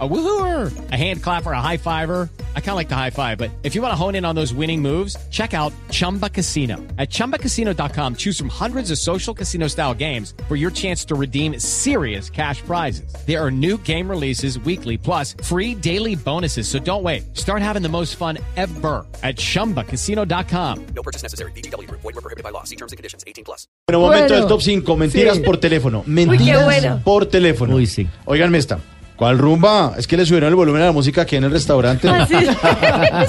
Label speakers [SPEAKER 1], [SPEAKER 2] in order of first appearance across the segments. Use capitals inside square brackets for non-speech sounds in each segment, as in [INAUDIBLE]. [SPEAKER 1] A woohooer, a hand clapper, a high fiver. I kind of like the high five, but if you want to hone in on those winning moves, check out Chumba Casino. At chumbacasino.com, choose from hundreds of social casino style games for your chance to redeem serious cash prizes. There are new game releases weekly, plus free daily bonuses. So don't wait. Start having the most fun ever at chumbacasino.com.
[SPEAKER 2] No purchase necessary. BGW. Void were prohibited by law. See terms and conditions. 18 plus.
[SPEAKER 3] Bueno, momento
[SPEAKER 4] Bueno.
[SPEAKER 3] del top 5. Mentiras
[SPEAKER 4] Sí.
[SPEAKER 3] por teléfono. Mentiras
[SPEAKER 4] bueno.
[SPEAKER 3] por teléfono.
[SPEAKER 5] Uy, sí.
[SPEAKER 3] Óiganme esta. ¿Cuál rumba? Es que le subieron el volumen a la música aquí en el
[SPEAKER 4] [LAUGHS]
[SPEAKER 3] restaurante.
[SPEAKER 4] Así es.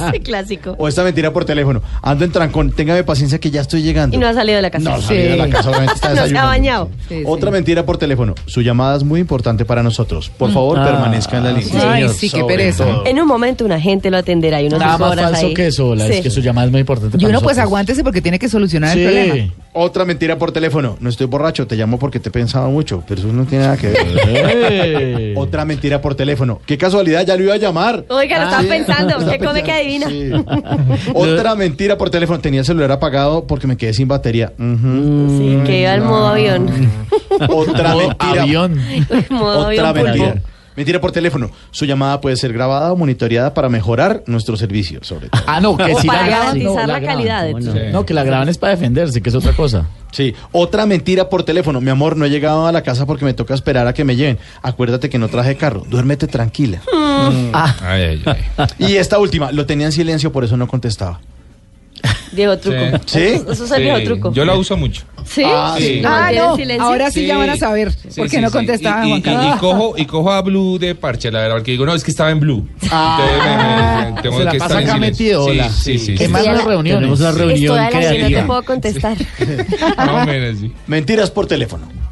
[SPEAKER 4] [LAUGHS] Ese clásico.
[SPEAKER 3] O esta mentira por teléfono. Ando en trancón. Téngame paciencia que ya estoy llegando.
[SPEAKER 4] Y no ha salido de la casa.
[SPEAKER 3] No, salí de la casa, obviamente está
[SPEAKER 4] [LAUGHS] No se ha
[SPEAKER 3] desayunando.
[SPEAKER 4] bañado.
[SPEAKER 3] Sí. Otra mentira por teléfono. Su llamada es muy importante para nosotros. Por favor,
[SPEAKER 5] Ah,
[SPEAKER 3] permanezca en la línea.
[SPEAKER 5] sí, Ay,
[SPEAKER 6] sí, qué
[SPEAKER 3] Sobre
[SPEAKER 6] pereza.
[SPEAKER 3] todo.
[SPEAKER 4] En un momento una gente lo atenderá y uno
[SPEAKER 5] Nada
[SPEAKER 4] sus
[SPEAKER 5] más
[SPEAKER 4] horas
[SPEAKER 5] falso
[SPEAKER 4] ahí.
[SPEAKER 5] que eso, la
[SPEAKER 4] Sí.
[SPEAKER 5] es que su llamada es muy importante.
[SPEAKER 6] Y
[SPEAKER 5] para
[SPEAKER 6] uno pues
[SPEAKER 5] nosotros.
[SPEAKER 6] aguántese porque tiene que solucionar el problema.
[SPEAKER 5] Sí.
[SPEAKER 3] Otra mentira por teléfono. No estoy borracho, te llamo porque te pensaba mucho, pero eso no tiene nada que ver.
[SPEAKER 5] Eh. [LAUGHS]
[SPEAKER 3] Otra mentira por teléfono. Qué casualidad, ya lo iba a llamar.
[SPEAKER 4] Oiga, lo estaba pensando.
[SPEAKER 3] Está
[SPEAKER 4] ¿Qué come que
[SPEAKER 3] pensando,
[SPEAKER 4] adivina? [LAUGHS]
[SPEAKER 3] sí. Otra mentira por teléfono. Tenía el celular apagado porque me quedé sin batería. Ujú.
[SPEAKER 4] Sí, que iba al modo avión. [LAUGHS]
[SPEAKER 3] Otra
[SPEAKER 5] Modo
[SPEAKER 3] mentira.
[SPEAKER 5] avión.
[SPEAKER 4] modo
[SPEAKER 3] Otra
[SPEAKER 4] avión pulpo.
[SPEAKER 3] mentira. Mentira por teléfono. Su llamada puede ser grabada o monitoreada para mejorar nuestro servicio, sobre todo.
[SPEAKER 5] Ah, no, que si
[SPEAKER 4] para
[SPEAKER 5] la graban.
[SPEAKER 4] garantizar la
[SPEAKER 5] graban.
[SPEAKER 4] calidad de
[SPEAKER 5] No,
[SPEAKER 4] tu-
[SPEAKER 5] no. No, que la graban es para defenderse, que es otra cosa.
[SPEAKER 3] Sí. Otra mentira por teléfono. Mi amor, no he llegado a la casa porque me toca esperar a que me lleven. Acuérdate que no traje carro. Duérmete tranquila.
[SPEAKER 7] [LAUGHS]
[SPEAKER 3] Y esta última. Lo tenía en silencio, por eso no contestaba.
[SPEAKER 4] Viejo truco.
[SPEAKER 7] Sí.
[SPEAKER 4] Eso, eso es el viejo truco.
[SPEAKER 7] Yo la uso mucho.
[SPEAKER 4] ¿Sí?
[SPEAKER 3] sí.
[SPEAKER 4] ¿Lo
[SPEAKER 6] Ah,
[SPEAKER 4] mantiene en
[SPEAKER 6] no.
[SPEAKER 4] silencio?
[SPEAKER 6] Ahora sí, ya van a saber
[SPEAKER 7] Sí,
[SPEAKER 6] por qué
[SPEAKER 7] sí,
[SPEAKER 6] no
[SPEAKER 7] sí.
[SPEAKER 6] contestaba
[SPEAKER 7] y, y-
[SPEAKER 6] Juan Carlos.
[SPEAKER 7] y- y cojo, y cojo a Blue de parche, la verdad, porque digo, no, es que estaba en Blue. Entonces, me- me- tengo
[SPEAKER 5] Ah. se la
[SPEAKER 7] que
[SPEAKER 5] pasa
[SPEAKER 7] estar en
[SPEAKER 5] acá
[SPEAKER 7] silencio.
[SPEAKER 5] metido, hola.
[SPEAKER 7] Sí, sí, sí.
[SPEAKER 5] Qué
[SPEAKER 7] sí.
[SPEAKER 5] malas
[SPEAKER 4] Tenemos
[SPEAKER 5] reuniones.
[SPEAKER 4] Estoy a la que no te
[SPEAKER 7] creativa.
[SPEAKER 4] puedo contestar.
[SPEAKER 7] Más o menos, sí.
[SPEAKER 3] Mentiras por teléfono.